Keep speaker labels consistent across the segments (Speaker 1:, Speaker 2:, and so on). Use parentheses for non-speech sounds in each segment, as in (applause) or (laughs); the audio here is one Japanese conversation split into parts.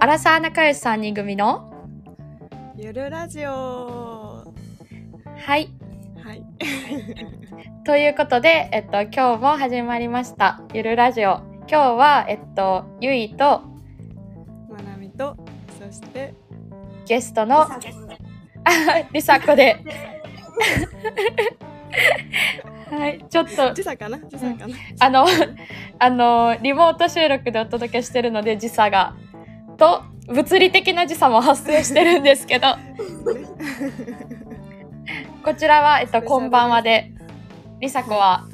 Speaker 1: アラサー仲良し3人組の
Speaker 2: ゆるラジオ
Speaker 1: はい
Speaker 2: はい。 (laughs)
Speaker 1: ということで、えっと、今日も始まりました「ゆるラジオ」今日はえっとゆいと
Speaker 2: まなみと、そして、
Speaker 1: ゲストのありさこではいちょっと
Speaker 2: 時差かな時差かな、
Speaker 1: あのあのリモート収録でお届けしてるので時差がと物理的な時差も発生してるんですけ (laughs) どこちらは、えっと、こんばんはでりさこは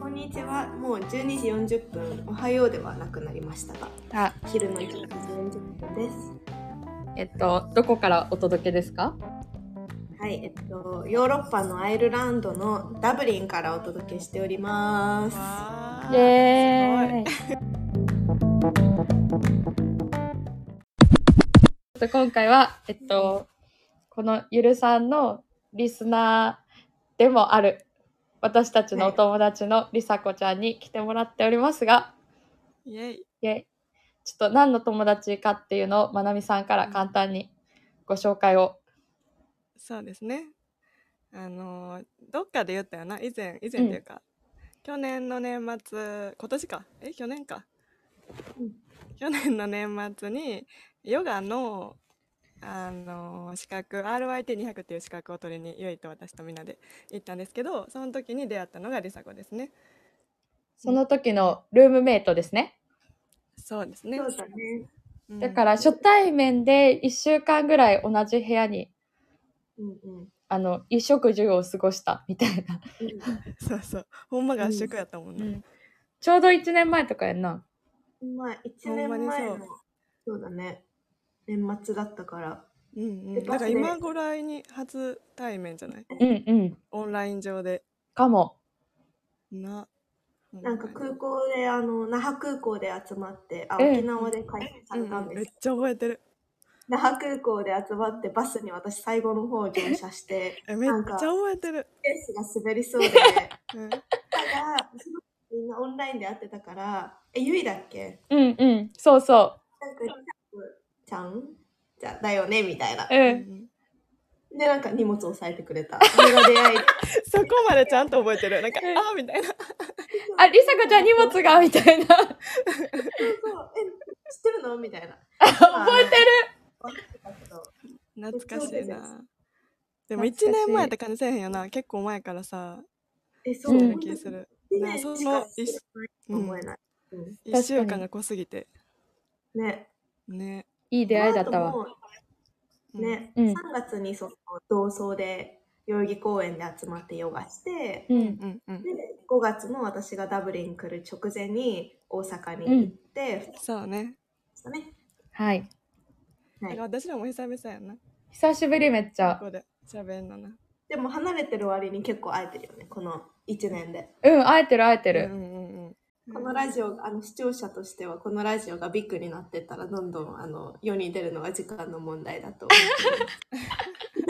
Speaker 3: こんにちは。もう12時40分、おはようではなくなりましたが、
Speaker 1: あ
Speaker 3: 昼の1時40分です。
Speaker 1: えっとどこからお届けですか
Speaker 3: はい、えっと、ヨーロッパのアイルランドのダブリンからお届けしております。
Speaker 2: (laughs) わー
Speaker 1: イエーイちょっと今回は、えっと、このゆるさんのリスナーでもある私たちのお友達のりさこちゃんに来てもらっておりますが、
Speaker 2: すごいイエイ
Speaker 1: イェイちょっと何の友達かっていうのをまなみさんから簡単にご紹介を。
Speaker 2: そうですね。あのーどっかで言ったよな、以前、以前というか、去年の年末、今年か、え、去年か。
Speaker 3: うん
Speaker 2: 去年の年末に、ヨガの、あのー資格、RYT200 っていう資格を取りに、ゆいと私とみんなで行ったんですけど、その時に出会ったのがりさこですね。
Speaker 1: その時のルームメイトですね。
Speaker 2: そうですね
Speaker 3: そ。うだね。
Speaker 2: うん
Speaker 1: だから初対面で1週間ぐらい同じ部屋に
Speaker 3: うんうん。
Speaker 1: あの衣食住を過ごしたみたいな、
Speaker 2: そうそう。ほんま合宿やったもんね。
Speaker 1: ちょうど1年前とかやんな
Speaker 3: うん、まあ、1
Speaker 2: ほんま
Speaker 3: 年
Speaker 2: にそう
Speaker 3: 前の、そうだね。年末だったから。
Speaker 2: うんうん。
Speaker 3: で
Speaker 2: だから
Speaker 3: バスで
Speaker 2: 今ぐらいに初対面じゃない
Speaker 1: うんうん
Speaker 2: オンライン上で。
Speaker 1: かも
Speaker 2: な。
Speaker 3: なんか空港で、あの、那覇空港で集まって、あ、
Speaker 1: うん
Speaker 3: 沖縄で開催さ
Speaker 2: うん
Speaker 3: れ
Speaker 2: う
Speaker 3: たん
Speaker 2: ん
Speaker 3: で
Speaker 2: め
Speaker 3: す
Speaker 2: っちゃ覚えてる。
Speaker 3: 那覇空港で集まってバスに私最後の方乗車して
Speaker 2: (laughs) えめっ
Speaker 3: なん
Speaker 2: ち
Speaker 3: か
Speaker 2: ゃ覚えてる。
Speaker 3: ペースが滑りそうで
Speaker 2: うん、
Speaker 3: ただその時みんなオンラインで会ってたからえゆいだっけ
Speaker 1: うんうんそうそ
Speaker 3: なんかちゃんじゃだよねみたいな
Speaker 1: う
Speaker 3: で
Speaker 1: う
Speaker 2: うんん
Speaker 3: なんか荷物を押さえてくれたそれが出会いで
Speaker 2: そこまでちゃんと覚えてる。なんか、あーみたいな。
Speaker 1: (laughs) ありさこちゃん荷
Speaker 3: (laughs)
Speaker 1: 物がみたいな覚
Speaker 3: そうそうえ知ってるのみたいな
Speaker 1: えてる
Speaker 3: 分かってたけど
Speaker 2: 懐かしいな。でも
Speaker 1: 懐かしい
Speaker 2: 1年前って感じせえへんよな。結構前からさ、
Speaker 3: えそ
Speaker 2: 来
Speaker 3: う、
Speaker 2: て
Speaker 1: ん
Speaker 2: る気する。なそ
Speaker 3: そ
Speaker 2: の
Speaker 3: の
Speaker 2: 一
Speaker 3: 思えない、うん
Speaker 2: 1週間が濃すぎて。
Speaker 3: ね
Speaker 2: ね。
Speaker 1: いい出会いだったわ
Speaker 3: この後も
Speaker 2: うん
Speaker 3: ね、
Speaker 1: うん
Speaker 3: 3月にその同窓で代々木公園で集まってヨガして、
Speaker 1: う
Speaker 2: うんんうん。
Speaker 3: で5月の私がダブリン来る直前に大阪に行って、
Speaker 2: そうね。
Speaker 3: そうね
Speaker 1: はい
Speaker 2: だ
Speaker 3: はい
Speaker 2: から私らも久々やんな。
Speaker 1: 久しぶりめっちゃ
Speaker 2: ここで喋んのな。
Speaker 3: でも離れてる割に結構会えてるよねこの1年で、
Speaker 1: うん会えてる会えて
Speaker 2: う
Speaker 1: る、
Speaker 2: んうんうんうん。
Speaker 3: このラジオあの視聴者としてはこのラジオがビッグになってったらどんどんあの世に出るのが時間の問題だと思ってます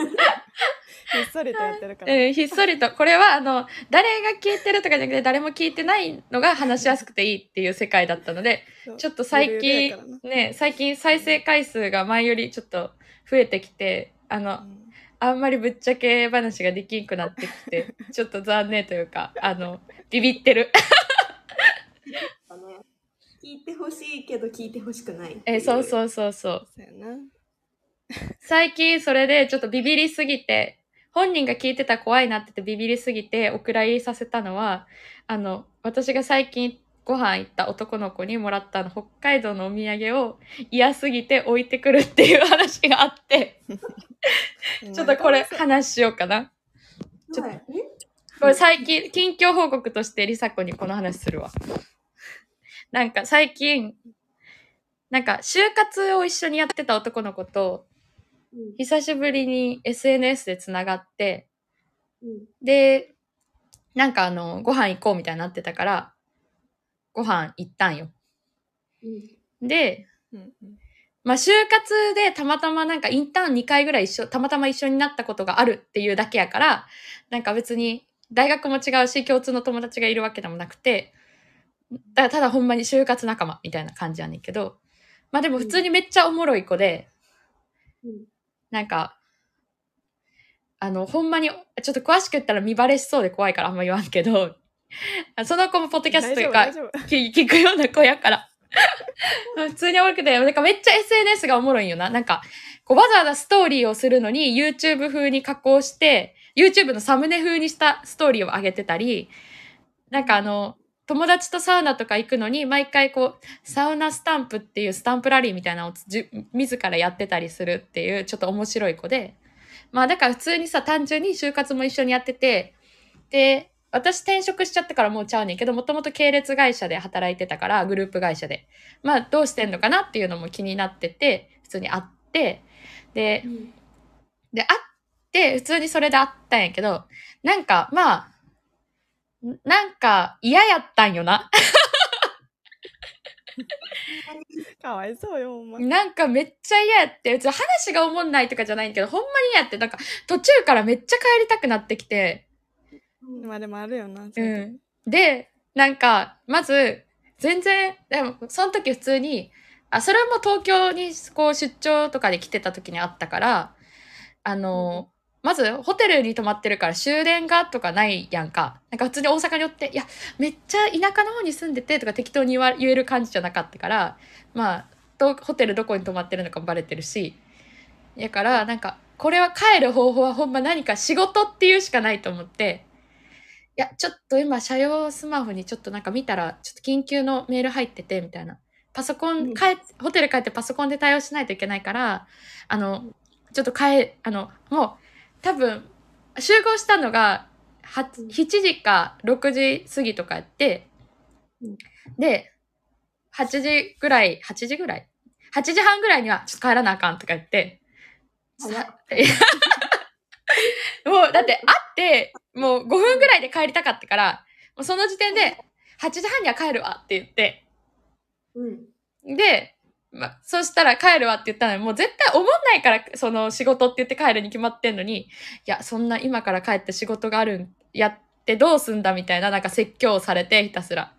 Speaker 2: ひっそりとやってるから。
Speaker 1: うん、ひっそりとこれはあの誰が聞いてるとかじゃなくて誰も聞いてないのが話しやすくていいっていう世界だったので
Speaker 2: そう
Speaker 1: ちょっと最
Speaker 2: ゆるゆるや
Speaker 1: 近
Speaker 2: からな
Speaker 1: ね最近再生回数が前よりちょっと増えてきてあの
Speaker 2: うん
Speaker 1: あんまりぶっちゃけ話ができんくなってき (laughs) て、ちょっと残念というか、あの、ビビって (laughs) る。 (laughs)
Speaker 3: あの聞いてほしいけど聞いてほしくないってい
Speaker 1: え、そう
Speaker 3: う
Speaker 1: そうそうそう。
Speaker 2: そうやな。
Speaker 1: 最近それでちょっとビビりすぎて、本人が聞いてたら怖いなっててビビりすぎてお蔵入りさせたのは、あの、私が最近ご飯行った男の子にもらったあの北海道のお土産を嫌すぎて置いてくるっていう話があって、ちょっとこれ話しようかな。ちょっと
Speaker 3: はい
Speaker 1: これ最近、近況報告としてリサ子にこの話するわ。なんか最近、なんか就活を一緒にやってた男の子と、
Speaker 3: うん
Speaker 1: 久しぶりに SNS でつながって、
Speaker 3: うん
Speaker 1: で、なんかあの、ご飯行こうみたいになってたから、ご飯行ったんよ。
Speaker 3: うん
Speaker 1: で、
Speaker 2: うんうん
Speaker 1: まあ、就活でたまたまなんかインターン2回ぐらい一緒、たまたま一緒になったことがあるっていうだけやから、なんか別に大学も違うし、共通の友達がいるわけでもなくて、だからただほんまに就活仲間みたいな感じやねんけど、まあでも普通にめっちゃおもろい子で、
Speaker 3: うん
Speaker 1: なんか、あの、ほんまに、ちょっと詳しく言ったら見バレしそうで怖いからあんま言わんけど、 (laughs) あその子もポッドキャストというか
Speaker 2: 大、丈夫大丈夫
Speaker 1: 聞聞くような子やから。普通におもろくて、なんかめっちゃ SNS がおもろいんよな。なんか、こうわざわざストーリーをするのに YouTube 風に加工して、YouTube のサムネ風にしたストーリーを上げてたり、なんかあの、友達とサウナとか行くのに、毎回こう、サウナスタンプっていうスタンプラリーみたいなのをじゅ自らやってたりするっていう、ちょっと面白い子で。まあだから普通にさ、単純に就活も一緒にやってて、で、私転職しちゃったからもうちゃうねんけど、もともと系列会社で働いてたから、グループ会社で。まあどうしてんのかなっていうのも気になってて、普通に会って、で、で、会って、普通にそれで会ったんやけど、なんか、まあ、んなんか嫌やったんよな。 (laughs)
Speaker 2: (laughs) かわいそうよ、ほんま。
Speaker 1: なんかめっちゃ嫌やって、うち話がおもんないとかじゃないんやけど、ほんまに嫌やって、なんか途中からめっちゃ帰りたくなってきて、。
Speaker 2: まあでもあるよな。そういうん
Speaker 1: で、なんか、まず、全然、でも、その時普通に、あ、それも東京にこう出張とかで来てた時にあったから、あの、まずホテルに泊まってるから終電がとかないやんか。なんか普通に大阪におって、いや、めっちゃ田舎の方に住んでてとか適当に言わ言える感じじゃなかったから、まあ、とホテルどこに泊まってるのかもバレてるし、やから、なんか、これは帰る方法はほんま何か仕事っていうしかないと思って、いや、ちょっと今、社用スマホにちょっとなんか見たら、ちょっと緊急のメール入ってて、みたいな。パソコ
Speaker 3: う
Speaker 1: ン、
Speaker 3: ん
Speaker 1: 帰っ、ホテル帰ってパソコンで対応しないといけないから、あの、ちょっと帰、あの、もう、多分、集合したのが、は7時か6時過ぎとかやって
Speaker 3: うん、
Speaker 1: で、8時ぐらい、8時ぐらい ?8 時半ぐらいには、ちょっと帰らなあかんとか言って、
Speaker 3: 早っ
Speaker 1: さもう、だって、会って、もう5分ぐらいで帰りたかったから、もうその時点で、8時半には帰るわって言って、
Speaker 3: うん。
Speaker 1: で、まあ、そしたら帰るわって言ったのに、もう絶対思んないから、その仕事って言って帰るに決まってんのに、いや、そんな今から帰って仕事があるん、やってどうすんだみたいな、なんか説教されて、ひたすら。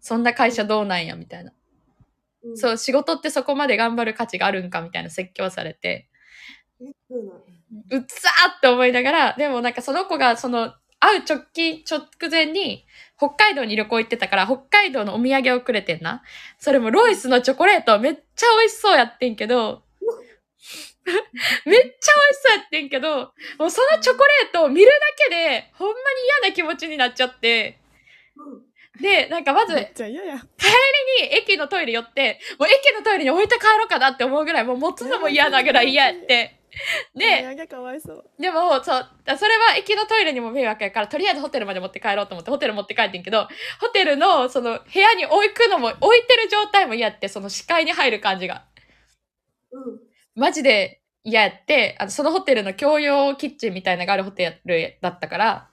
Speaker 1: そんな会社どうなんや、みたいな。
Speaker 3: うん
Speaker 1: そう、仕事ってそこまで頑張る価値があるんか、みたいな説教されて。
Speaker 3: えそうなんや
Speaker 1: うっさーって思いながら、でもなんかその子がその、会う直近、直前に、北海道に旅行行ってたから、北海道のお土産をくれてんな。それもロイスのチョコレート、めっちゃ美味しそうやってんけど、めっちゃ美味しそうやってんけど、もうそのチョコレートを見るだけで、ほんまに嫌な気持ちになっちゃって、
Speaker 3: うん
Speaker 1: で、なんかまず、
Speaker 2: めっちゃ嫌や。
Speaker 1: に駅のトイレ寄って、もう駅のトイレに置いて帰ろうかなって思うぐらい、もう持つのも嫌なぐらい嫌やって。で、
Speaker 2: お土産かわいそう。
Speaker 1: でも、そう、それは駅のトイレにも迷惑やから、とりあえずホテルまで持って帰ろうと思って、ホテル持って帰ってんけど、ホテルの、その、部屋に置くのも、置いてる状態も嫌って、その視界に入る感じが。
Speaker 3: うん。
Speaker 1: マジで嫌やって、あの、そのホテルの共用キッチンみたいなのがあるホテルだったから、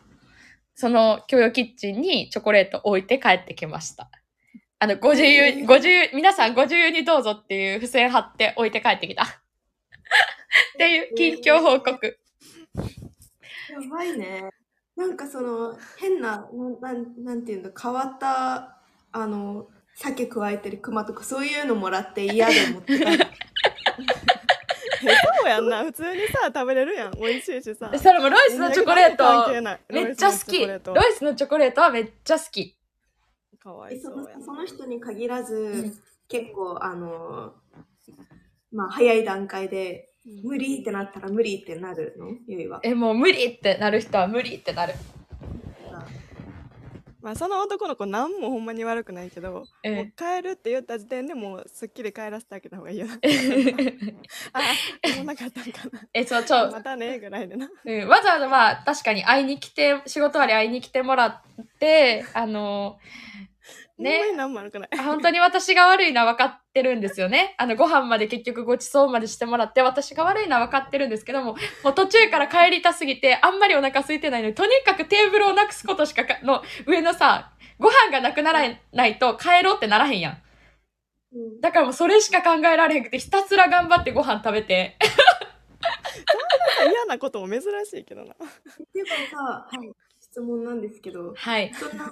Speaker 1: その共用キッチンにチョコレート置いて帰ってきました。あの、ご自由に、ご自由、皆さんご自由にどうぞっていう付箋貼って置いて帰ってきた。っていう、近況報告。
Speaker 3: やばいね。なんかその変な、なんなんなんていうんだ、変わった、あの、鮭加えてる熊とかそういうのもらって嫌で持って帰る。
Speaker 2: 下手もやんな。普通にさ、食べれるやん。美味しいしさ。
Speaker 1: それもロイスのチョコレー
Speaker 2: 関
Speaker 1: ト
Speaker 2: 係ない
Speaker 1: めっちゃ好き。
Speaker 2: ロイ
Speaker 1: ロ
Speaker 2: スのチョコレー
Speaker 1: イスのチョコレートはめっちゃ好き。
Speaker 2: トかわ (laughs)
Speaker 3: え
Speaker 2: い
Speaker 3: そ
Speaker 2: そ
Speaker 3: の
Speaker 2: うやな
Speaker 3: その人に限らず、
Speaker 1: ん
Speaker 3: 結構あのまあ早い段階で無理ってなったら無理ってなるのゆいは。
Speaker 1: え、もう無理ってなる人は無理ってなる。
Speaker 2: まあその男の子何もほんまに悪くないけど、
Speaker 1: う。
Speaker 2: もうん帰るって言った時点でもうすっきり帰らせてあげた方がい
Speaker 1: (laughs)
Speaker 2: いよな。あ、でもなかったんか
Speaker 1: (laughs) え、 (laughs) そう、ちょ
Speaker 2: な。ま、たねぐらいでな。
Speaker 1: うん、わざわざまあ、確かに会いに来て、仕事終わり会いに来てもらって、あの、ね
Speaker 2: ほんまに何も悪くない。 (laughs)
Speaker 1: 本当に私が悪いのは分かってるんですよね。あの、ご飯まで結局ごちそうまでしてもらって、私が悪いのは分かってるんですけども、もう途中から帰りたすぎて、あんまりお腹空いてないのに、とにかくテーブルをなくすことしかか、の上のさ、ご飯がなくならないと帰ろうってならへんやん。
Speaker 3: うん
Speaker 1: だからもうそれしか考えられへんくて、ひたすら頑張ってご飯食べて。
Speaker 2: 嫌なことも珍しいけどな。
Speaker 3: っていうかさ、質問なんですけど
Speaker 1: はい。
Speaker 3: そんな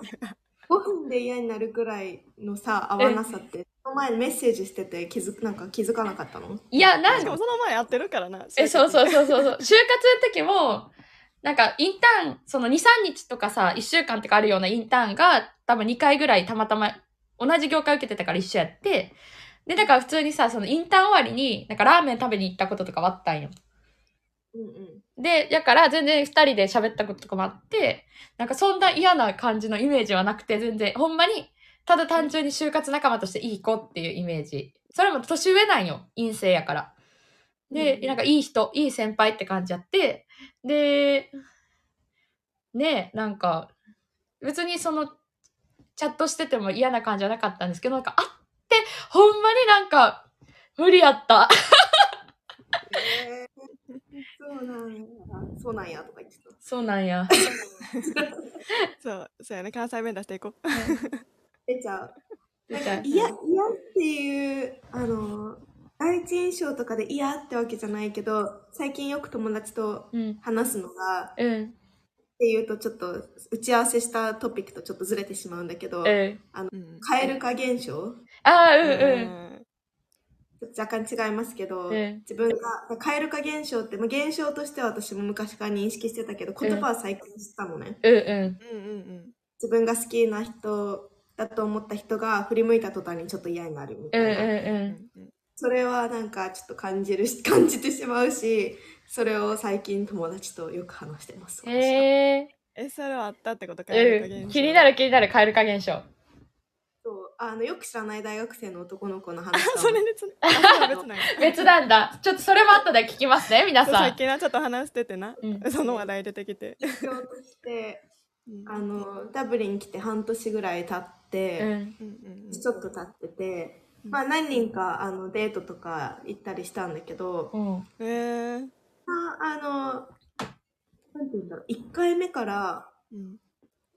Speaker 3: ご飯で嫌になるくらいのさ合わなさってどの前にメッセージしてて気づなんか気づかなかったの
Speaker 1: いや、な
Speaker 2: しかもその前会ってるからな。
Speaker 1: え、そう
Speaker 2: う。
Speaker 1: そう (laughs) そうそうそう。就活の時も、なんかインターン、その2、3日とかさ、1週間とかあるようなインターンが、多分2回ぐらいたまたま、同じ業界受けてたから一緒やって、で、だから普通にさ、そのインターン終わりに、なんかラーメン食べに行ったこととかはあったんよ。
Speaker 3: うんうん。
Speaker 1: で、やから全然2人で喋ったこととかもあって、なんかそんな嫌な感じのイメージはなくて、全然、ほんまに、ただ単純に就活仲間としていい子っていうイメージ。それも年上なんよ、陰性やから。で、
Speaker 3: うん
Speaker 1: なんかいい人、いい先輩って感じやって、で、ねえ、なんか、別にその、チャットしてても嫌な感じはなかったんですけど、なんか、あって、ほんまになんか、無理やった。
Speaker 3: へーそうなんや。そうなんやとか言ってた。
Speaker 1: そうなん (laughs) や。
Speaker 2: そう、そうやね。関西弁出していこう。
Speaker 3: 出ちゃう。
Speaker 1: 出ちゃう
Speaker 3: いや、いやっていう、あの、第一印象とかで嫌ってわけじゃないけど、最近よく友達と
Speaker 1: うん。
Speaker 3: 話すのが、
Speaker 1: うん。
Speaker 3: っていうとちょっと打ち合わせしたトピックとちょっとずれてしまうんだけど、
Speaker 1: うん。
Speaker 2: うん
Speaker 3: 蛙化現象
Speaker 1: ああ、うんうん。
Speaker 2: ん。
Speaker 3: ちょっと若干違いますけど、
Speaker 1: ええ
Speaker 3: 自分が蛙化現象って、まあ、現象としては私も昔から認識してたけど言葉は最近知ったのね、
Speaker 1: うんうん。
Speaker 2: うんうん
Speaker 3: 自分が好きな人だと思った人が振り向いた途端にちょっと嫌になるみた
Speaker 1: うん
Speaker 3: い
Speaker 1: うん
Speaker 3: な、
Speaker 2: うん
Speaker 1: う
Speaker 2: うん。
Speaker 3: それはなんかちょっと感じるし (laughs) 感じてしまうしそれを最近友達とよく話してます
Speaker 1: ん。へえ。
Speaker 2: え、それはあったってことか。
Speaker 1: うん。気にな
Speaker 2: る。
Speaker 1: る気になるカエル化現象。
Speaker 3: そうあのよく知らない大学生の男の子の話
Speaker 2: (laughs) それにつ。あそれは別なんや
Speaker 1: 別なんだ。ちょっとそれも後で聞きますね、皆
Speaker 2: そう
Speaker 1: さ
Speaker 2: さっ
Speaker 1: ん。
Speaker 2: きなちょっと話しててな、
Speaker 1: うん
Speaker 2: (laughs) その話題出てきて、
Speaker 3: 勉強として
Speaker 2: うん
Speaker 3: あのダブリン来て半年ぐらい経って、
Speaker 1: うん。
Speaker 2: うんうんうん
Speaker 3: ちょっと経ってて、
Speaker 2: うん
Speaker 3: まあ何人かあのデートとか行ったりしたんだけど、
Speaker 1: うん。
Speaker 2: えー
Speaker 3: まあ、あの、なんて言うんだろう、1回目から
Speaker 2: うん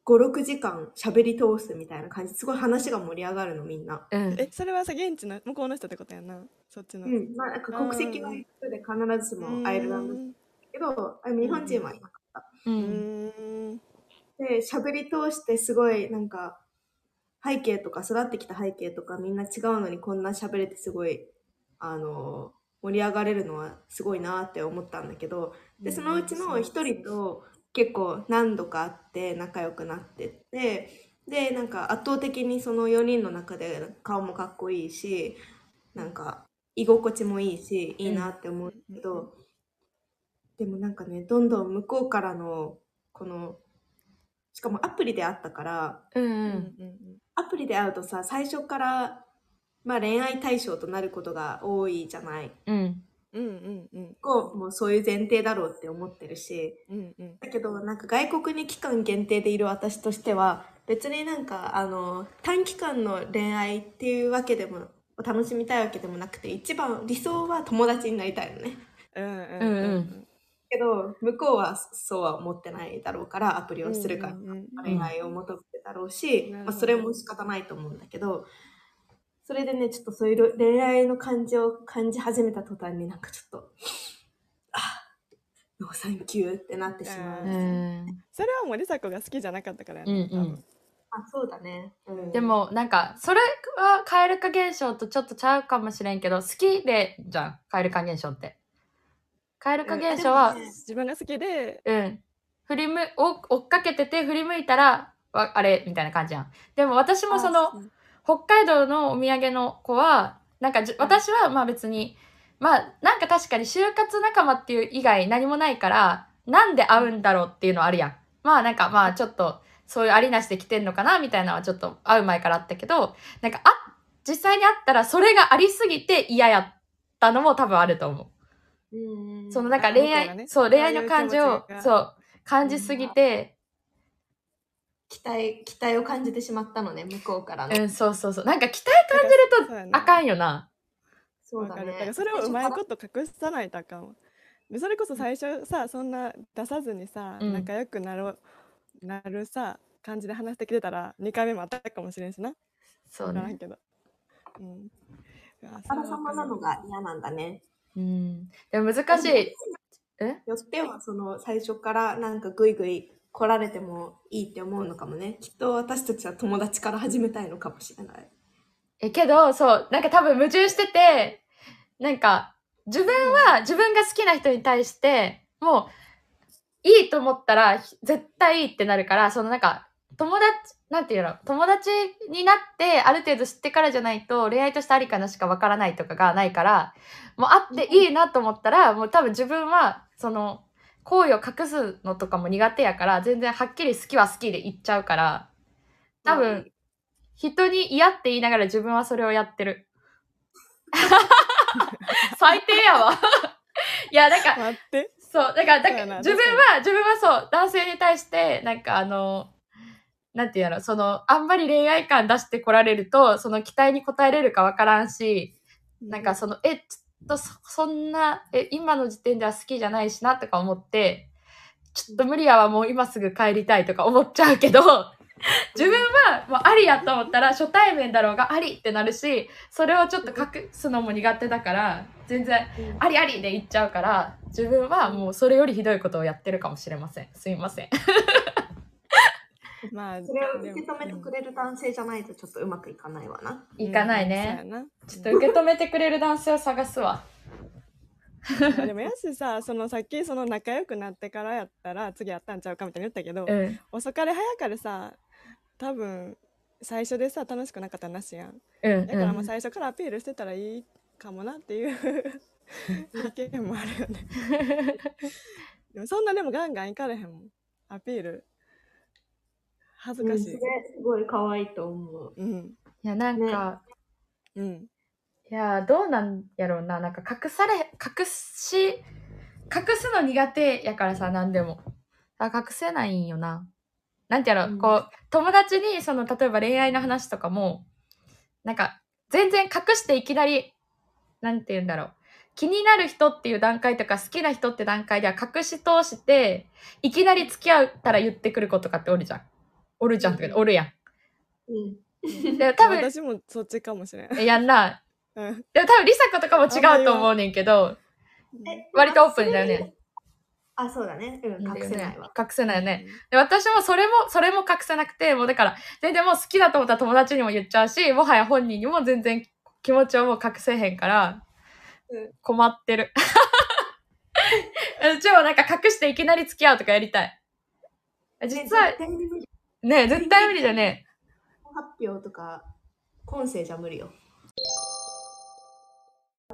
Speaker 3: 5、6時間喋り通すみたいな感じ、すごい話が盛り上がるのみんな。
Speaker 1: うん。
Speaker 2: えそれはさ現地の向こうの人ってことやなそっちの、
Speaker 3: う、ん、まあなんか国籍が一緒で必ずしもアイルランドだけど、あの日本人はいなかっ
Speaker 1: う。
Speaker 2: うんん
Speaker 3: た。で、喋り通してすごいなんか、背景とか育ってきた背景とかみんな違うのにこんな喋れてすごい、あの、盛り上がれるのはすごいなって思ったんだけど、でそのうちの一人と結構何度か会って仲良くなってってでなんか圧倒的にその4人の中で顔もかっこいいしなんか居心地もいいしいいなって思うけど、でもなんかねどんどん向こうからのこのしかもアプリで会ったから
Speaker 1: う
Speaker 2: うん
Speaker 1: ん。
Speaker 2: うん
Speaker 3: アプリで会うとさ最初から、まあ、恋愛対象となることが多いじゃない。
Speaker 1: うん。
Speaker 2: うんうんうん
Speaker 3: こうもうそういう前提だろうって思ってるし。
Speaker 2: うんうん
Speaker 3: だけどなんか外国に期間限定でいる私としては別になんかあの短期間の恋愛っていうわけでも楽しみたいわけでもなくて一番理想は友達になりたいのね
Speaker 2: うんうん
Speaker 1: うんう
Speaker 3: けど向こうはそうは思ってないだろうからアプリをするから
Speaker 2: うんうんうん
Speaker 3: 恋愛を求めてだろう
Speaker 2: なるほ
Speaker 3: し、
Speaker 2: ど
Speaker 3: まあ、それも仕方ないと思うんだけどそれでねちょっとそういう恋愛の感じを感じ始めた途端になんかちょっとあノーサンキューってなってしまう。
Speaker 1: うん。うん
Speaker 2: それはもうりさこが好きじゃなかったからやな
Speaker 1: うんうん
Speaker 2: 多分
Speaker 3: あ、そうだね。うん
Speaker 1: で、も、なんか、それはカエル化現象とちょっとちゃうかもしれんけど、好きで、じゃん。カエル化現象って。カエル化現象
Speaker 3: う
Speaker 1: は
Speaker 3: んでもね、
Speaker 2: 自分が好きで
Speaker 1: うん。振りむ、追追っかけてて振り向いたら、わあれみたいな感じやん。でも私もその、北海道のお土産の子は、なんかじ私はまあ別に、まあなんか確かに就活仲間っていう以外何もないから、なんで会うんだろうっていうのはあるやん。まあなんかまあちょっと、そういうありなしで来てんのかなみたいなのはちょっと会う前からあったけど、なんかあ、実際に会ったらそれがありすぎて嫌やったのも多分あると思う。
Speaker 3: うん
Speaker 1: そのなんか
Speaker 2: あ向こう
Speaker 1: 恋愛、
Speaker 2: がね
Speaker 1: そう恋愛
Speaker 2: そう
Speaker 1: の
Speaker 2: いう
Speaker 1: 感情を
Speaker 2: 気持ちが
Speaker 1: そう感じすぎて、
Speaker 3: 期待、期待を感じてしまったのね、向こうからの。
Speaker 1: うん、そうそうそうなんか期待感じ
Speaker 2: そうや
Speaker 1: ると
Speaker 2: な
Speaker 1: あかんよな
Speaker 3: そう
Speaker 2: わ
Speaker 3: だ
Speaker 2: かる
Speaker 3: ね。
Speaker 2: だからそれをうまいこと隠さないとあかんわでそれこそ最初さそんな出さずにさ、
Speaker 1: うん
Speaker 2: 仲良くなろうなるさ感じで話してきてたら2回目もあったかもしれんしな
Speaker 1: そう
Speaker 2: 分からん
Speaker 1: ね、
Speaker 2: けどうんあ
Speaker 3: あからさまなのが嫌なんだね。
Speaker 1: うん、でも難しいえ
Speaker 3: よっては、その最初からなんかぐいぐい来られてもいいって思うのかもね。きっと私たちは友達から始めたいのかもしれない。
Speaker 1: え、けど、そう、なんか多分矛盾してて、なんか、自分は、自分が好きな人に対して、もう、いいと思ったら、ひ絶対いいってなるから、そのなんか、友達、なんていうの、友達になって、ある程度知ってからじゃないと、恋愛としてありかなしかわからないとかがないから、もうあっていいなと思ったら、もう多分自分は、その、好意を隠すのとかも苦手やから、全然はっきり好きは好きで言っちゃうから、多
Speaker 3: う
Speaker 1: 分、人に嫌って言いながら自分はそれをやってる。最低やわ。いや、なんか、
Speaker 2: 待って
Speaker 1: そう、だから、だ
Speaker 2: そう
Speaker 1: か
Speaker 2: やな
Speaker 1: 自分は、自分はそう、男性に対して、なんかあの、なんていうの、その、あんまり恋愛感出してこられると、その期待に応えれるかわからんし、なんかその、え、ちょっとそそんな、え、今の時点では好きじゃないしなとか思って、ちょっと無理やわ、もう今すぐ帰りたいとか思っちゃうけど、自分はもうありやと思ったら初対面だろうがありってなるし、それをちょっと隠すのも苦手だから、全然
Speaker 3: うん
Speaker 1: ありありで言っちゃうから、自分はもうそれよりひどいことをやってるかもしれません。すいません。
Speaker 2: まあ
Speaker 3: それを受け止めてくれる男性じゃないとちょっとうまくいかないわな。
Speaker 1: いかない
Speaker 2: うん
Speaker 1: ね。
Speaker 2: そうやな
Speaker 1: ちょっと受け止めてくれる男性を探すわ。
Speaker 2: でもやしさそのさっきその仲良くなってからやったら次やったんちゃうかみたいに言ったけど、
Speaker 1: うん。
Speaker 2: 遅かれ早かれさ多分最初でさ楽しくなかったらなしやん
Speaker 1: うん、
Speaker 2: だからまあ
Speaker 1: う
Speaker 2: 最初からアピールしてたらいいかもなっていう
Speaker 1: (laughs)
Speaker 2: 意見もあるよね
Speaker 1: ん。
Speaker 2: でもそんなでもガンガンいかれへんもんアピール恥ずかし
Speaker 3: うん
Speaker 2: い
Speaker 3: それすごい可愛いと思う。
Speaker 2: うん
Speaker 1: (laughs) いや、なんか、
Speaker 2: うん
Speaker 1: いやーどうなんやろうななんか隠され隠し隠すの苦手やからさ何でもあ隠せないんよななんてやろう、
Speaker 3: うん
Speaker 1: こう友達にその例えば恋愛の話とかもなんか全然隠していきなりなんて言うんだろう気になる人っていう段階とか好きな人って段階では隠し通していきなり付き合ったら言ってくる子とかっておるじゃんおるじゃんとかおるや
Speaker 3: うん。
Speaker 1: んで多分
Speaker 2: 私もそっちかもしれん、
Speaker 1: やんな
Speaker 2: うん、
Speaker 1: でも多分梨紗子とかも違うと思うねんけど
Speaker 3: え
Speaker 1: 割とオープンだよね。
Speaker 3: あ、そうだね。うん、隠せないわ。
Speaker 1: 隠せないよね。で、私もそれも、それも隠せなくて、もうだから、全然もう好きだと思ったら友達にも言っちゃうし、もはや本人にも全然気持ちをもう隠せへんから
Speaker 3: うん、
Speaker 1: 困ってる。 (laughs) うちもなんか隠していきなり付き合うとかやりたい。実は
Speaker 3: ね、絶、対に無理
Speaker 1: ね、絶対無理だね。
Speaker 3: 発表とか、今世じゃ無理よ。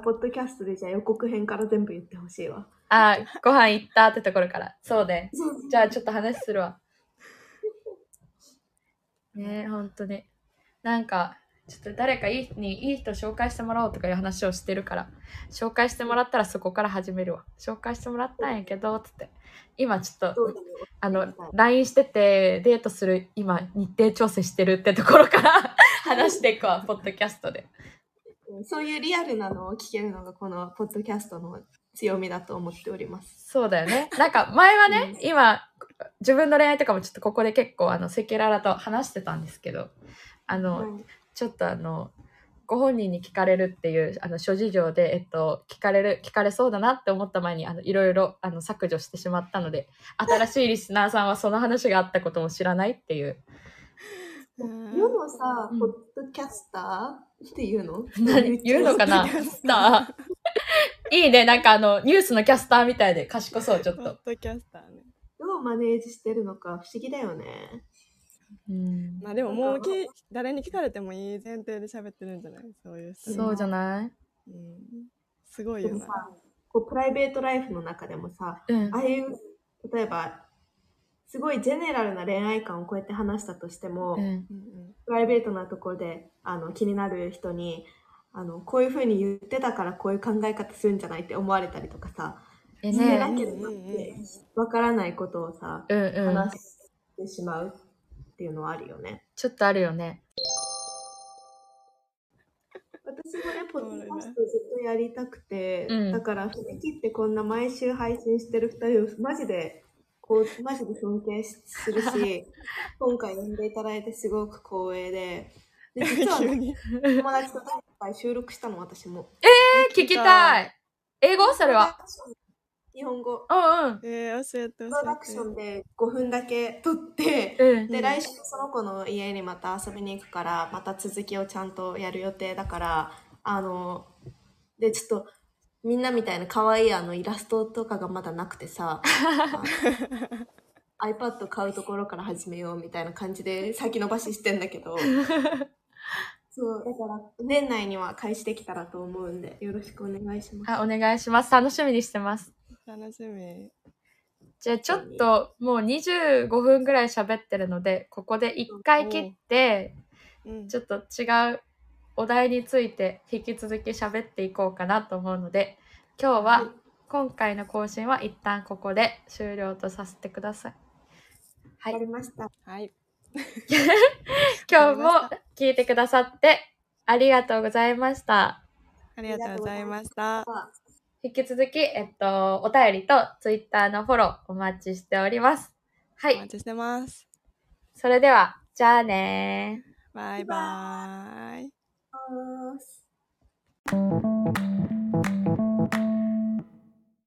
Speaker 3: ポッドキャストでじゃあ予告編から全部言ってほしいわ。
Speaker 1: あー、ご飯行ったってところから。そうね。
Speaker 3: そう
Speaker 1: じゃあちょっと話するわ。ねえ、ほんとに。なんか、ちょっと誰かいいにいい人紹介してもらおうとかいう話をしてるから、紹介してもらったらそこから始めるわ。紹介してもらったんやけど、つって。今ちょっ
Speaker 3: そ
Speaker 1: と
Speaker 3: う、だね。
Speaker 1: あ
Speaker 3: み
Speaker 1: の
Speaker 3: たい、
Speaker 1: LINE してて、デートする、今、日程調整してるってところから (laughs) 話していくわ、ポッドキャストで。
Speaker 3: うんそういうリアルなのを聞けるのがこのポッドキャストの強みだと思っております。
Speaker 1: そうだよね。なんか前はね、今、自分の恋愛とかもちょっとここで結構、あの、赤裸々と話してたんですけど、あの、
Speaker 3: うん
Speaker 1: ちょっとあの、ご本人に聞かれるっていう、あの、諸事情で、えっと、聞かれる、聞かれそうだなって思った前に、あの、いろいろ、あの、削除してしまったので、新しいリスナーさんはその話があったことも知らないっていう。
Speaker 2: うん
Speaker 3: 世のさ、
Speaker 1: うん
Speaker 3: ポッドキャスターっていうの
Speaker 1: 何言うのかなスター。いいね、なんかあの、ニュースのキャスターみたいで賢そう、ちょっ
Speaker 2: ポッ
Speaker 1: と。
Speaker 2: ドキャスターね
Speaker 3: どうマネージしてるのか不思議だよね。
Speaker 1: うん
Speaker 2: まあでももうき誰に聞かれてもいい前提で喋ってるんじゃないそういう人
Speaker 1: そうじゃない
Speaker 2: うん、すごい
Speaker 3: で
Speaker 2: よ
Speaker 3: も
Speaker 2: な
Speaker 3: さ。、こうプライベートライフの中でもさ、
Speaker 1: うん
Speaker 3: あ。あいう、例えば、すごいジェネラルな恋愛観をこうやって話したとしても、
Speaker 1: うん
Speaker 2: うんうん
Speaker 3: プライベートなところであの気になる人にあのこういうふうに言ってたからこういう考え方するんじゃないって思われたりとかさ、
Speaker 1: え
Speaker 3: それだ
Speaker 1: ね
Speaker 3: けど
Speaker 2: うんうんうん
Speaker 3: わからないことをさ、
Speaker 1: うんうん。
Speaker 3: 話してしまうっていうのはあるよね。
Speaker 1: ちょっとあるよね。
Speaker 3: 私もね、ポッドキャ
Speaker 2: そうだ
Speaker 3: ス
Speaker 2: ね
Speaker 3: トずっとやりたくて、
Speaker 1: うん
Speaker 3: だから、藤木ってこんな毎週配信してる2人を、マジで、こう、マジで尊敬しするし、今回呼んでいただいてすごく光栄で、で実
Speaker 2: (laughs)
Speaker 3: は、
Speaker 2: 急
Speaker 3: ね、
Speaker 2: に。
Speaker 3: 友達と第一回収録したの、私も。
Speaker 1: え、聞きたい。英語それは。
Speaker 3: 日本語。
Speaker 1: うん
Speaker 2: えー、教えて
Speaker 3: プ
Speaker 2: 教
Speaker 3: ロダクシ
Speaker 2: え
Speaker 3: ョンで5分だけ撮って、
Speaker 1: うん。うん。
Speaker 3: で、 (laughs)
Speaker 2: うん
Speaker 3: 来週その子の家にまた遊びに行くから、また続きをちゃんとやる予定だから、あの、で、ちょっと、みんなみたいな可愛いあのイラストとかがまだなくて
Speaker 1: (laughs)
Speaker 3: さ、あの iPad 買うところから始めようみたいな感じで先延ばししてんだけど、そう、だから年内には開始できたらと思うんで、よろしくお願いします。
Speaker 1: あ、お願いします。楽しみにしてます。
Speaker 2: て。楽しみ。
Speaker 1: じゃあちょっともう25分ぐらい喋ってるので、ここで一回切って、
Speaker 2: うん、
Speaker 1: ちょっと違うお題について引き続き喋っていこうかなと思うので、今日
Speaker 3: はい
Speaker 1: は、今回の更新は一旦ここで終了とさせてください。は
Speaker 3: わか
Speaker 1: い。
Speaker 3: りました。
Speaker 2: はい。
Speaker 1: 今日も聞いてくださってありがとうございました。
Speaker 2: ありがとうございました。
Speaker 1: 引き続き、えっと、お便りとツイッターのフォローお待ちしております。は
Speaker 2: お
Speaker 1: い。
Speaker 2: 待ちしてます。
Speaker 1: それでは、じゃあねー。
Speaker 2: バイバーイ。
Speaker 3: あー